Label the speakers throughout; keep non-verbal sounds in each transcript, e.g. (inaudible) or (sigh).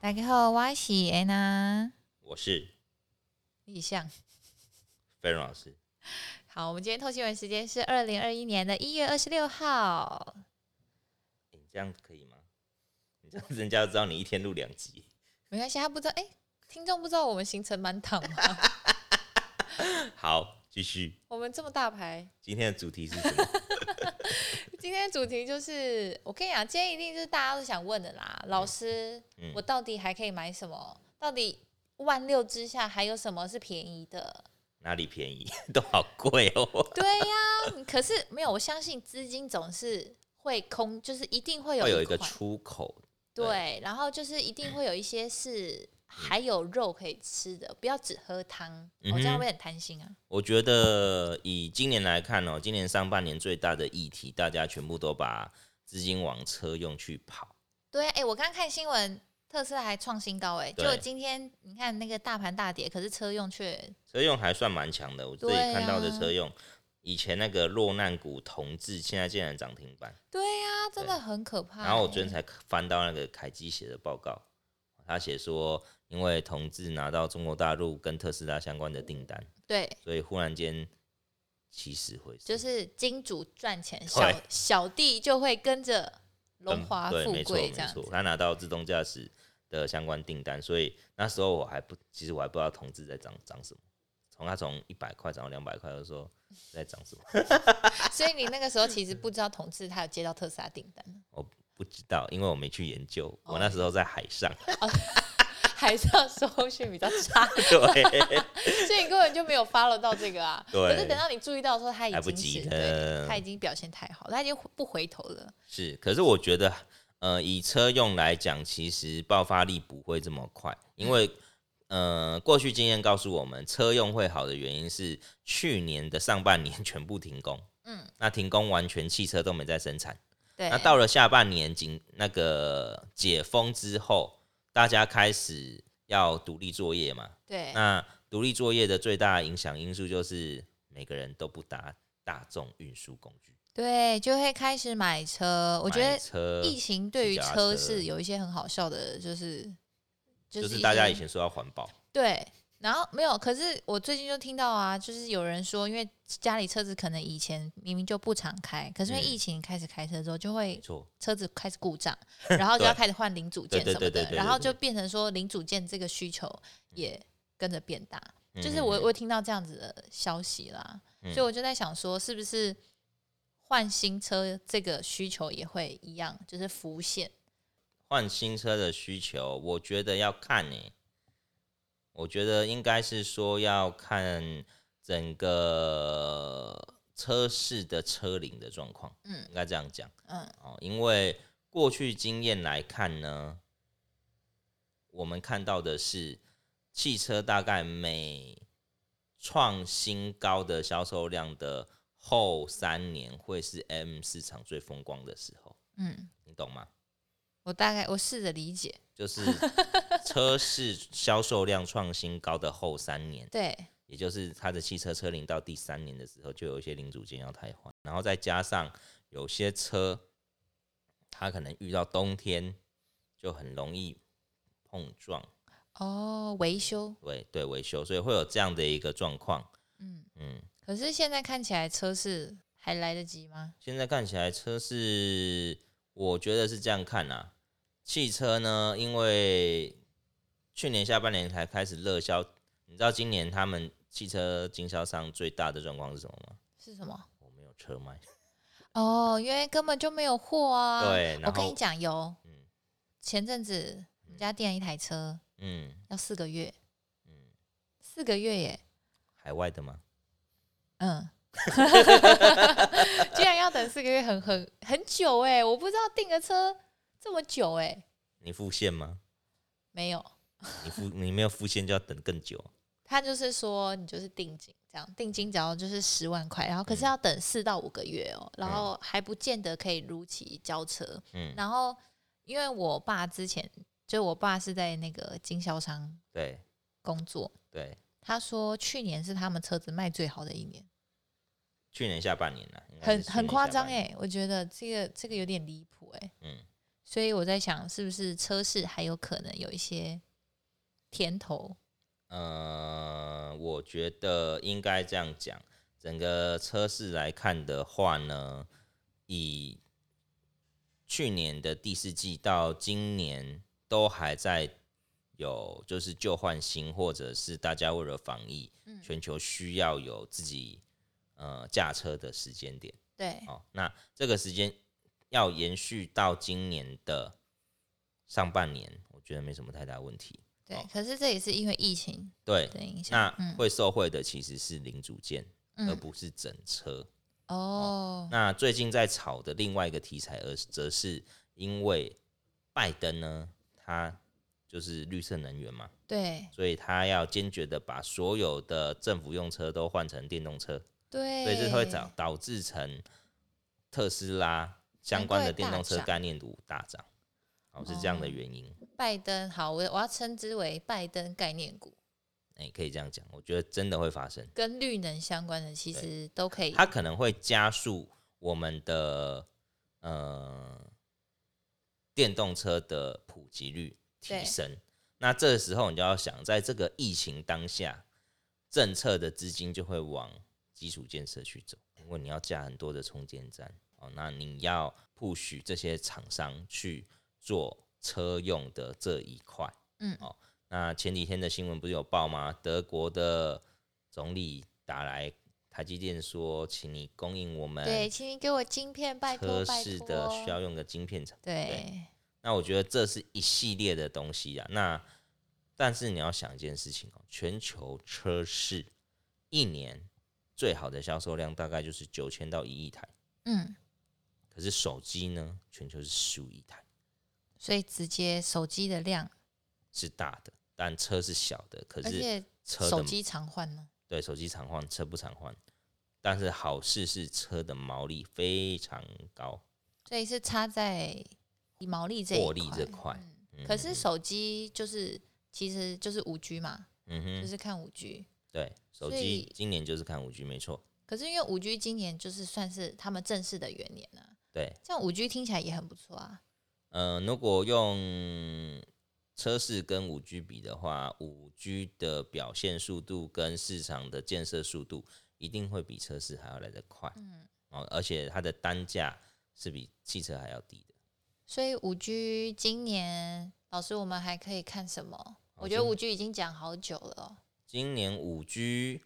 Speaker 1: 大家好，我是安娜
Speaker 2: 我是
Speaker 1: 立向。
Speaker 2: 菲荣老师。
Speaker 1: 好，我们今天透新闻时间是二零二一年的一月二十六号。
Speaker 2: 你这样可以吗？你这样 (laughs) 人家就知道你一天录两集，
Speaker 1: 没关系，他不知道，哎、听众不知道我们行程满档吗？ (laughs)
Speaker 2: 好，继续。
Speaker 1: 我们这么大牌，
Speaker 2: 今天的主题是什么？
Speaker 1: 今天的主题就是，我跟你讲，今天一定就是大家都想问的啦。老师，
Speaker 2: 嗯
Speaker 1: (laughs) 我到底还可以买什么？到底万六之下还有什么是便宜的？
Speaker 2: 哪里便宜 (laughs) 都好贵哦，
Speaker 1: 对呀、 (laughs) 可是没有，我相信资金总是会空，就是一定会有
Speaker 2: 会有一个
Speaker 1: 款
Speaker 2: 出口。
Speaker 1: 对，嗯然后就是一定会有一些是还有肉可以吃的，不要只喝汤，我、这样会不会很贪心啊。
Speaker 2: 我觉得以今年来看哦，今年上半年最大的议题，大家全部都把资金往车用去跑。
Speaker 1: 对，哎、我刚看新闻，特斯拉还创新高、哎，结
Speaker 2: 对
Speaker 1: 果今天你看那个大盘大跌，可是车用却
Speaker 2: 车用还算蛮强的，我自己
Speaker 1: 对啊
Speaker 2: 看到的车用，以前那个落难股同志，现在竟然涨停板。
Speaker 1: 对呀、真的很可怕、
Speaker 2: 然后我
Speaker 1: 哎
Speaker 2: 昨天才翻到那个凯基写的报告，他写说，因为同志拿到中国大陆跟特斯拉相关的订单，
Speaker 1: 对，
Speaker 2: 所以忽然间起死回生，
Speaker 1: 就是金主赚钱，小
Speaker 2: 对
Speaker 1: 小弟就会跟着荣
Speaker 2: 嗯
Speaker 1: 华
Speaker 2: 对，
Speaker 1: 富
Speaker 2: 没错
Speaker 1: 贵
Speaker 2: 没
Speaker 1: 这样
Speaker 2: 错
Speaker 1: 子，。
Speaker 2: 他拿到自动驾驶的相关订单，所以那时候我还不，其实我还不知道同志在涨涨什么。从他从一百块涨到两百块，我就说在涨什么，
Speaker 1: 所以你那个时候其实不知道同志他有接到特斯拉订单，
Speaker 2: 我不知道，因为我没去研究。
Speaker 1: 哦
Speaker 2: 我那时候在海
Speaker 1: (laughs)
Speaker 2: 上，
Speaker 1: (laughs) 还是要收讯比较差。
Speaker 2: 对，
Speaker 1: 所以你根本就没有 follow 到这个啊。
Speaker 2: 对
Speaker 1: 可是等到你注意到的时候，他已经
Speaker 2: 来
Speaker 1: 是
Speaker 2: 不及
Speaker 1: 对
Speaker 2: 了
Speaker 1: 他已经表现太好，他已经不回头了。
Speaker 2: 是，可是我觉得，呃，以车用来讲，其实爆发力不会这么快，因为，呃，过去经验告诉我们，车用会好的原因是去年的上半年 (laughs) 全部停工，
Speaker 1: 嗯
Speaker 2: 嗯，那停工完全汽车都没在生产，
Speaker 1: 对，
Speaker 2: 那到了下半年紧那个解封之后，大家开始要独立作业嘛，
Speaker 1: 对
Speaker 2: 那独立作业的最大影响因素就是每个人都不搭大众运输工具，
Speaker 1: 对，就会开始买车。我觉
Speaker 2: 买
Speaker 1: 得
Speaker 2: 车
Speaker 1: 疫情对于
Speaker 2: 骑脚踏
Speaker 1: 车
Speaker 2: 车
Speaker 1: 是有一些很好笑的，就是就
Speaker 2: 就是
Speaker 1: 一
Speaker 2: 大家
Speaker 1: 些
Speaker 2: 以前说要环保，
Speaker 1: 对。然后没有，可是我最近就听到啊，就是有人说，因为家里车子可能以前明明就不常开，可是因为
Speaker 2: 嗯
Speaker 1: 疫情开始开车之后，就会
Speaker 2: 没错，
Speaker 1: 车子开始故
Speaker 2: (laughs)
Speaker 1: 障，然后就要开始换零组件
Speaker 2: 对
Speaker 1: 什么
Speaker 2: 对对对
Speaker 1: 的
Speaker 2: 对，对
Speaker 1: 然后就变成说零组件这个需求也跟着变大。就是我
Speaker 2: 嗯
Speaker 1: 我听到这样子的消息啦，
Speaker 2: 嗯
Speaker 1: 所以我就在想说，是不是换新车这个需求也会一样，就是浮现？
Speaker 2: 换新车的需求，我觉得要看呢、我觉得应该是说要看整个车市的车龄的状况，
Speaker 1: 嗯
Speaker 2: 嗯，应该这样讲
Speaker 1: 嗯，
Speaker 2: 哦。因为过去经验来看呢，我们看到的是汽车大概每创新高的销售量的后三年，会是 M 市场最风光的时候，
Speaker 1: 嗯，
Speaker 2: 你懂吗？
Speaker 1: 我大概我试着理解，
Speaker 2: 就是车市销售量创新高的后三年，
Speaker 1: 对
Speaker 2: 也就是它的汽车车龄到第三年的时候，就有一些零组件要汰换，然后再加上有些车，它可能遇到冬天就很容易碰撞，
Speaker 1: 哦，维修，
Speaker 2: 对对，维修，所以会有这样的一个状况。
Speaker 1: 嗯，
Speaker 2: 嗯，
Speaker 1: 可是现在看起来车是还来得及吗？
Speaker 2: 现在看起来车是，我觉得是这样看啊，汽车呢，因为去年下半年才开始热销，你知道今年他们汽车经销商最大的状况是什么吗？
Speaker 1: 是什么？
Speaker 2: 我没有车卖，
Speaker 1: 哦，因为根本就没有货啊。
Speaker 2: 对然
Speaker 1: 我跟
Speaker 2: 后
Speaker 1: 你讲有，
Speaker 2: 嗯
Speaker 1: 前阵子我们家订了一台车，
Speaker 2: 嗯
Speaker 1: 要四个月，
Speaker 2: 嗯，
Speaker 1: 四个月耶，
Speaker 2: 海外的吗？
Speaker 1: 嗯， (laughs) 居然要等四个月很，很很久哎，我不知道订个车这么久哎，
Speaker 2: 你付现吗？
Speaker 1: 没有，
Speaker 2: 你付 (laughs) 你没有付现就要等更久，
Speaker 1: 他就是说你就是定金这样，定金只要就是十万块，然后可是要等四到五个月哦，然后还不见得可以如期交车，
Speaker 2: 嗯，
Speaker 1: 然后因为我爸之前就我爸是在那个经销商
Speaker 2: 对
Speaker 1: 工作，
Speaker 2: 对，
Speaker 1: 他说去年是他们车子卖最好的一年。
Speaker 2: 去年下半年了，应该是
Speaker 1: 很
Speaker 2: 去
Speaker 1: 很
Speaker 2: 年
Speaker 1: 夸
Speaker 2: 下
Speaker 1: 张欸
Speaker 2: 半年，
Speaker 1: 哎，我觉得这个这个有点离谱哎。
Speaker 2: 嗯，
Speaker 1: 所以我在想，是不是车市还有可能有一些甜头？
Speaker 2: 呃，我觉得应该这样讲，整个车市来看的话呢，以去年的第四季到今年都还在有就是旧换新，或者是大家为了防疫，
Speaker 1: 嗯
Speaker 2: 全球需要有自己呃驾车的时间点。
Speaker 1: 对，
Speaker 2: 哦，那这个时间要延续到今年的上半年，我觉得没什么太大问题。
Speaker 1: 对
Speaker 2: 哦，
Speaker 1: 可是这也是因为疫情
Speaker 2: 对，
Speaker 1: 的影响。
Speaker 2: 那
Speaker 1: 嗯
Speaker 2: 会受惠的其实是零组件，而
Speaker 1: 嗯，
Speaker 2: 不是整车。
Speaker 1: 哦，
Speaker 2: 那最近在炒的另外一个题材，而则是因为拜登呢，他就是绿色能源嘛，
Speaker 1: 对
Speaker 2: 所以他要坚决的把所有的政府用车都换成电动车，
Speaker 1: 对，
Speaker 2: 所以这会导导致成特斯拉相关的电动车
Speaker 1: 难怪大涨
Speaker 2: 概念股大涨，哦，是这样的
Speaker 1: 哦
Speaker 2: 原因。
Speaker 1: 拜登，好，我我要称之为拜登概念股，
Speaker 2: 哎、可以这样讲，我觉得真的会发生。
Speaker 1: 跟绿能相关的其
Speaker 2: 对
Speaker 1: 实都可以。
Speaker 2: 它可能会加速我们的呃电动车的普及率提
Speaker 1: 对
Speaker 2: 升。那这时候你就要想，在这个疫情当下，政策的资金就会往基础建设去走，因为你要架很多的充电站哦，那你要 push 这些厂商去做车用的这一块。
Speaker 1: 嗯
Speaker 2: 哦，那前几天的新闻不是有报吗？德国的总理打来台积电说，请你供应我们
Speaker 1: 对，请你给我晶片，拜托
Speaker 2: 车
Speaker 1: 拜
Speaker 2: 市的需
Speaker 1: 托。
Speaker 2: 要用的晶片厂。
Speaker 1: 对，
Speaker 2: 那我觉得这是一系列的东西啊。那但是你要想一件事情哦，全球车市一年最好的销售量大概就是九千到一亿台，
Speaker 1: 嗯，
Speaker 2: 可是手机呢，全球是十五亿台，
Speaker 1: 所以直接手机的量，
Speaker 2: 是大的，但车是小的，可
Speaker 1: 而
Speaker 2: 是
Speaker 1: 且
Speaker 2: 车
Speaker 1: 手
Speaker 2: 的
Speaker 1: 机常换哦呢。
Speaker 2: 对手机常换，车不常换。但是好事是车的毛利非常高，
Speaker 1: 所以是差在毛利这一
Speaker 2: 获利这块
Speaker 1: 嗯可是手机就是其实就是五 G 嘛，
Speaker 2: 嗯
Speaker 1: 就
Speaker 2: 哼，
Speaker 1: 是看五 G。
Speaker 2: 对，手
Speaker 1: 所
Speaker 2: 机
Speaker 1: 以
Speaker 2: 今年就是看五 G 没错，
Speaker 1: 可是因为五 G 今年就是算是他们正式的元年了、啊，
Speaker 2: 对，
Speaker 1: 这样五 G 听起来也很不错啊。
Speaker 2: 嗯，如果用车市跟五 G 比的话，五 G 的表现速度跟市场的建设速度一定会比车市还要来得快，
Speaker 1: 嗯，
Speaker 2: 哦，而且它的单价是比汽车还要低的。
Speaker 1: 所以五 G 今年老师我们还可以看什么？
Speaker 2: 好
Speaker 1: 我觉得
Speaker 2: 今
Speaker 1: 五 G 已经讲好久了哦，
Speaker 2: 今年五 G，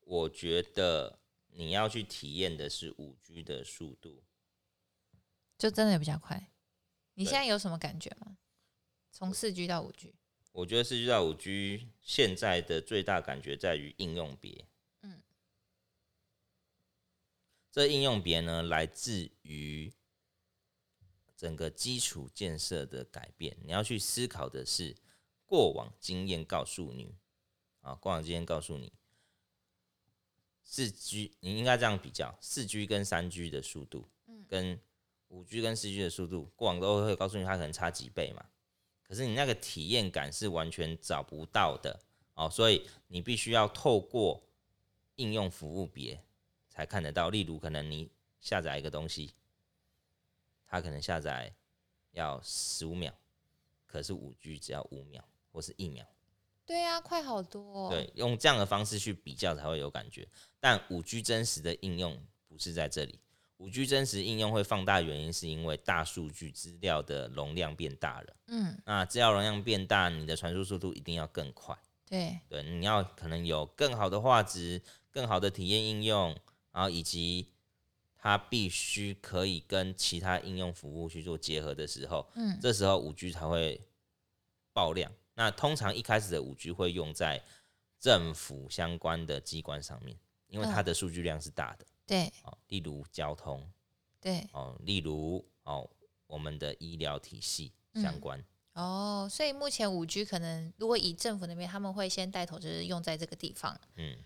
Speaker 2: 我觉得你要去体验的是五 G 的速度。
Speaker 1: 就真的比较快。你
Speaker 2: 对
Speaker 1: 现在有什么感觉吗？从四 G 到五 G，
Speaker 2: 我觉得四 G 到五 G 现在的最大感觉在于应用别。
Speaker 1: 嗯，
Speaker 2: 这应用别呢，来自于整个基础建设的改变。你要去思考的是，过往经验告诉你，啊，过往经验告诉你，四 G 你应该这样比较，四 G 跟三 G 的速度，
Speaker 1: 嗯
Speaker 2: 跟五 G 跟四 G 的速度，过往都会告诉你它可能差几倍嘛。可是你那个体验感是完全找不到的哦，所以你必须要透过应用服务别才看得到。例如，可能你下载一个东西，它可能下载要十五秒，可是五 G 只要五秒或是一秒。
Speaker 1: 对啊，快好多、哦。
Speaker 2: 对，用这样的方式去比较才会有感觉。但五 G 真实的应用不是在这里，五 G 真实应用会放大，原因是因为大数据资料的容量变大了。
Speaker 1: 嗯，
Speaker 2: 那资料容量变大，你的传输速度一定要更快。
Speaker 1: 对，
Speaker 2: 对，你要可能有更好的画质、更好的体验应用，然后以及它必须可以跟其他应用服务去做结合的时候，
Speaker 1: 嗯，
Speaker 2: 这时候五 G 才会爆量。那通常一开始的五 G 会用在政府相关的机关上面，因为它
Speaker 1: 嗯
Speaker 2: 的数据量是大的
Speaker 1: 对
Speaker 2: 哦，例如交通
Speaker 1: 对
Speaker 2: 哦，例如哦我们的医疗体系相
Speaker 1: 嗯
Speaker 2: 关。
Speaker 1: 哦，所以目前五 G 可能如果以政府那边，他们会先带头，就是用在这个地方。
Speaker 2: 嗯，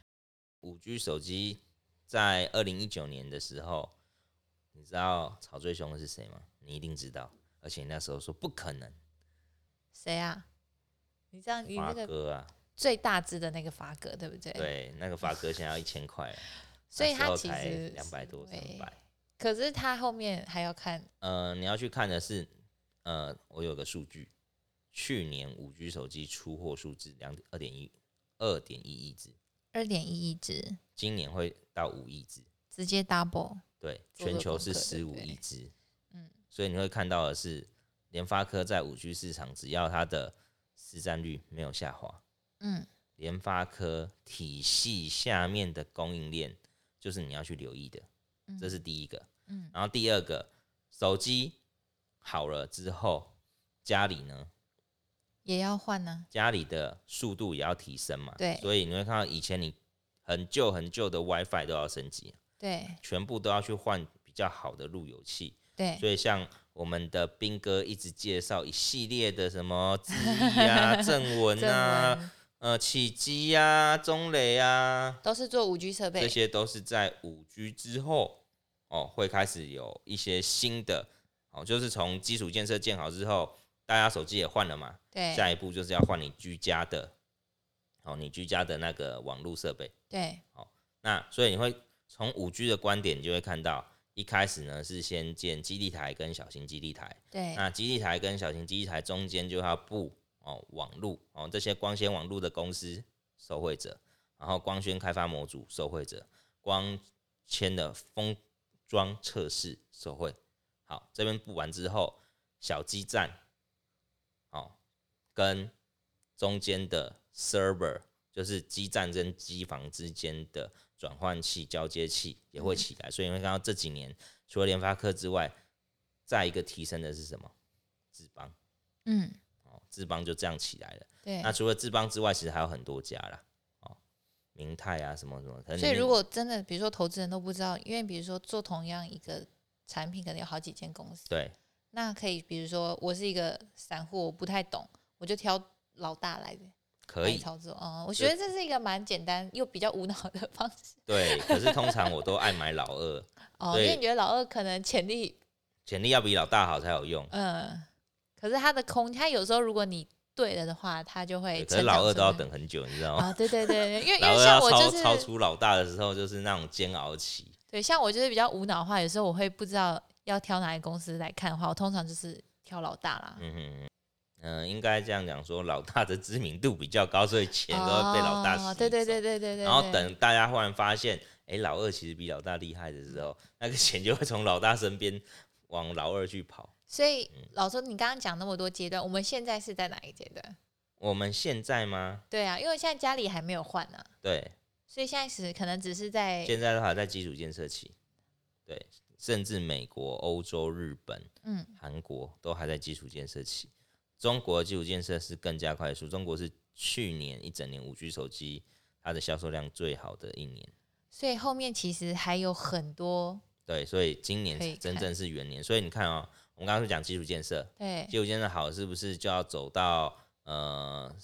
Speaker 2: 五 G 手机在二零一九年的时候，你知道吵最凶的是谁吗？你一定知道，而且那时候说不可能，
Speaker 1: 谁啊？你这样，你
Speaker 2: 发
Speaker 1: 那个
Speaker 2: 哥啊，
Speaker 1: 最大只的那个发哥，对不对？。
Speaker 2: 对，那个发哥现在要一千块了，
Speaker 1: (laughs) 所以
Speaker 2: 那时
Speaker 1: 他
Speaker 2: 候
Speaker 1: 其
Speaker 2: 才
Speaker 1: 实
Speaker 2: 两百多
Speaker 1: 是
Speaker 2: 三
Speaker 1: 会
Speaker 2: 百。
Speaker 1: 可是他后面还要看
Speaker 2: 呃，你要去看的是呃，我有个数据，去年五 G 手机出货数字两二点一二点一亿只，
Speaker 1: 二点一亿只，
Speaker 2: 今年会到五亿只，
Speaker 1: 直接 double，
Speaker 2: 对，
Speaker 1: 做
Speaker 2: 全
Speaker 1: 个
Speaker 2: 球
Speaker 1: 功
Speaker 2: 是
Speaker 1: 课
Speaker 2: 十
Speaker 1: 对不
Speaker 2: 五
Speaker 1: 对
Speaker 2: 亿只，
Speaker 1: 嗯，
Speaker 2: 所以你会看到的是，联发科在五 G 市场，只要它的市占率没有下滑，
Speaker 1: 嗯，
Speaker 2: 联发科体系下面的供应链，就是你要去留意的，这是第一个。
Speaker 1: 嗯，
Speaker 2: 然后第二个，手机好了之后，家里呢，
Speaker 1: 也要换呢、
Speaker 2: 家里的速度也要提升嘛，
Speaker 1: 对
Speaker 2: 所以你会看到以前你很旧很旧的 WiFi 都要升级，
Speaker 1: 对
Speaker 2: 全部都要去换比较好的路由器，
Speaker 1: 对，
Speaker 2: 所以像我们的兵哥一直介绍一系列的什么智毅
Speaker 1: (laughs)
Speaker 2: 啊、正文
Speaker 1: 正
Speaker 2: 啊、
Speaker 1: 文
Speaker 2: 呃起基啊、中磊啊，
Speaker 1: 都是做五 G 设备
Speaker 2: 这，些都是在五 G 之后哦，会开始有一些新的哦，就是从基础建设建好之后，大家手机也换了嘛，
Speaker 1: 对
Speaker 2: 下一步就是要换你居家的哦，你居家的那个网络设备。
Speaker 1: 对
Speaker 2: 那所以你会从五 G 的观点，你就会看到一开始呢是先建基地台跟小型基地台，
Speaker 1: 对
Speaker 2: 那基地台跟小型基地台中间就要布哦网路哦这些光纤网路的公司受惠者，然后光纤开发模组受惠者，光纤的封装测试受惠。好，这边布完之后，小基站哦跟中间的 server 就是基站跟机房之间的转换器交接器也会起来，所以你会看到这几年除了联发科之外，再一个提升的是什么？智邦
Speaker 1: 嗯
Speaker 2: 哦，智邦就这样起来了。
Speaker 1: 对
Speaker 2: 那。除了智邦之外，其实还有很多家啦，哦，明泰啊什么什么，可能
Speaker 1: 所以
Speaker 2: 你
Speaker 1: 如果真的，比如说投资人都不知道，因为比如说做同样一个产品，可能有好几间公司，
Speaker 2: 对
Speaker 1: 那可以比如说我是一个散户，我不太懂，我就挑老大来
Speaker 2: 可
Speaker 1: 来
Speaker 2: 以
Speaker 1: 操作。哦、我
Speaker 2: 就
Speaker 1: 觉得这是一个蛮简单又比较无脑的方式。
Speaker 2: 对，可是通常我都爱买老
Speaker 1: (laughs)
Speaker 2: 二，
Speaker 1: 哦，
Speaker 2: 对
Speaker 1: 因为你觉得老二可能潜力，
Speaker 2: 潜力要比老大好才有用。
Speaker 1: 嗯，可是他的空，他有时候如果你对了的话，他就会
Speaker 2: 对可是
Speaker 1: 成长
Speaker 2: 老二
Speaker 1: 出
Speaker 2: 都要
Speaker 1: 来
Speaker 2: 等很久，你知道吗？
Speaker 1: 啊，对对对，对
Speaker 2: (laughs)
Speaker 1: 因为因
Speaker 2: 老
Speaker 1: 为
Speaker 2: 二
Speaker 1: 像
Speaker 2: 要
Speaker 1: 我
Speaker 2: 超、
Speaker 1: 就是
Speaker 2: 超出老大的时候，就是那种煎熬期。
Speaker 1: 对，像我就是比较无脑的话，有时候我会不知道要挑哪个公司来看的话，我通常就是挑老大啦。
Speaker 2: 嗯哼，嗯、呃应该这样讲说，老大的知名度比较高，所以钱都会被老大吸、
Speaker 1: 哦对对对。对对对。
Speaker 2: 然后
Speaker 1: 对，
Speaker 2: 等大家忽然发现，哎、老二其实比老大厉害的时候，那个钱就会从老大身边往老二去跑。
Speaker 1: 所以
Speaker 2: 嗯
Speaker 1: 老周，你刚刚讲那么多阶段，我们现在是在哪一阶段？
Speaker 2: 我们现在吗？
Speaker 1: 对啊，因为现在家里还没有换呢、
Speaker 2: 对，
Speaker 1: 所以现在是可能只是在
Speaker 2: 现在的话在基础建设期，对，甚至美国、欧洲、日本、
Speaker 1: 嗯
Speaker 2: 韩国都还在基础建设期。中国的基础建设是更加快速，中国是去年一整年五 G 手机它的销售量最好的一年，
Speaker 1: 所以后面其实还有很多
Speaker 2: 对，所以今年
Speaker 1: 可以
Speaker 2: 才真
Speaker 1: 看
Speaker 2: 正是元年。所以你看哦，我们刚刚是讲基础建设，
Speaker 1: 对
Speaker 2: 基础建设好是不是就要走到呃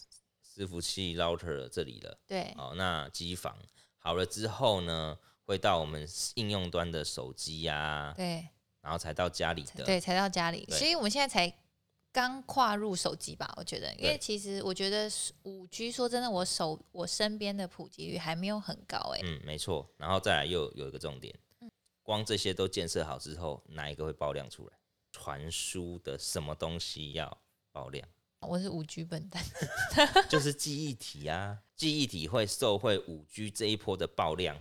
Speaker 2: 伺服器 router 这里了？
Speaker 1: 对
Speaker 2: 哦，那机房好了之后呢，会到我们应用端的手机呀、
Speaker 1: 对
Speaker 2: 然后才到家里的。
Speaker 1: 对，才到家里。
Speaker 2: 对
Speaker 1: 所以我们现在才刚跨入手机吧，我觉得，因
Speaker 2: 对
Speaker 1: 为其实我觉得五 G 说真的，我手我身边的普及率还没有很高哎、
Speaker 2: 嗯，没错。然后再来又有一个重点，
Speaker 1: 嗯
Speaker 2: 光这些都建设好之后，哪一个会爆量出来？传输的什么东西要爆量？ (laughs)
Speaker 1: 我是五 G 笨蛋。
Speaker 2: 就是记忆体啊，记忆体会受惠五 G 这一波的爆量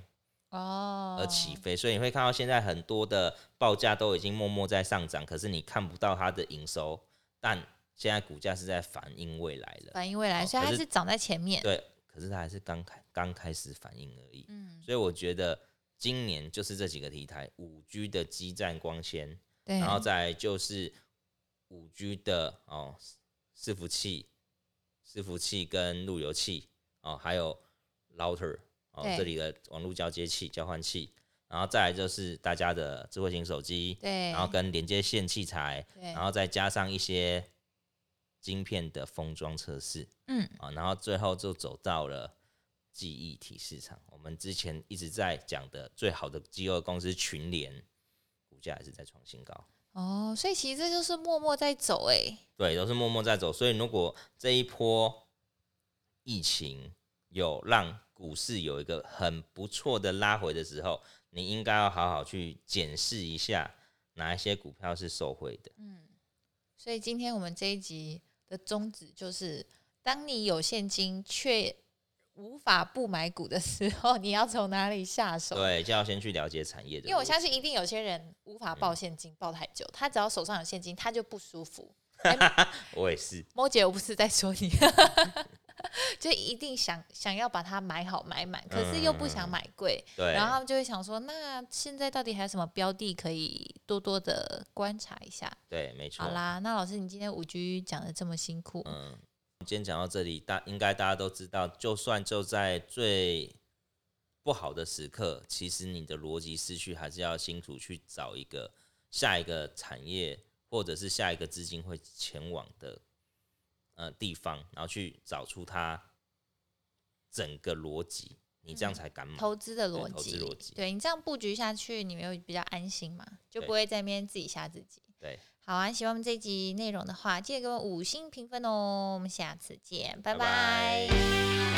Speaker 2: 嗯
Speaker 1: 哦，
Speaker 2: 而起飞，所以你会看到现在很多的报价都已经默默在上涨，可是你看不到它的营收，但现在股价是在反映未来了。
Speaker 1: 反应未来，
Speaker 2: 哦
Speaker 1: 所以
Speaker 2: 可
Speaker 1: 它
Speaker 2: 是
Speaker 1: 是长在前面。
Speaker 2: 对，可是它还是刚开刚开始反应而已。
Speaker 1: 嗯，
Speaker 2: 所以我觉得今年就是这几个题材：五 G 的基站光纤，
Speaker 1: 对，
Speaker 2: 然后再来就是五 G 的哦伺服器、伺服器跟路由器哦，还有 router 哦
Speaker 1: 对
Speaker 2: 这里的网络交接器、交换器，然后再来就是大家的智慧型手机，
Speaker 1: 对，
Speaker 2: 然后跟连接线器材，
Speaker 1: 对，
Speaker 2: 然后再加上一些晶片的封装测试。
Speaker 1: 嗯，
Speaker 2: 啊，然后最后就走到了记忆体市场。我们之前一直在讲的最好的饥饿公司群联，股价也是在创新高。
Speaker 1: 哦，所以其实这就是默默在走哎、
Speaker 2: 对，都是默默在走。所以如果这一波疫情有让股市有一个很不错的拉回的时候，你应该要好好去检视一下哪一些股票是受惠的。
Speaker 1: 嗯，所以今天我们这一集的宗旨就是：当你有现金却无法不买股的时候，你要从哪里下手？
Speaker 2: 对，就要先去了解产业的。
Speaker 1: 因为我相信一定有些人无法
Speaker 2: 嗯
Speaker 1: 抱现金抱太久，他只要手上有现金，他就不舒服。
Speaker 2: 我也是，
Speaker 1: 猫姐，我不是在说
Speaker 2: (laughs)
Speaker 1: 你，就一定想想要把它买好买满，可是又不想买贵，
Speaker 2: 嗯对，
Speaker 1: 然后他们就会想说，那现在到底还有什么标的可以多多的观察一下？
Speaker 2: 对，没错。
Speaker 1: 好啦，那老师，你今天五 G 讲的这么辛苦，
Speaker 2: 嗯，今天讲到这里，大应该大家都知道，就算就在最不好的时刻，其实你的逻辑思绪还是要清楚去找一个下一个产业或者是下一个资金会前往的呃地方，然后去找出它整个逻辑，你这样才敢买。
Speaker 1: 嗯投资的
Speaker 2: 对
Speaker 1: 逻
Speaker 2: 投资
Speaker 1: 辑，
Speaker 2: 逻辑
Speaker 1: 对你这样布局下去，你们会比较安心嘛，就
Speaker 2: 对
Speaker 1: 不会在那边自己吓自己。
Speaker 2: 对，
Speaker 1: 好啊，喜欢我们这一集内容的话，记得给我们五星评分哦。我们下次见，拜
Speaker 2: 拜
Speaker 1: 拜
Speaker 2: 拜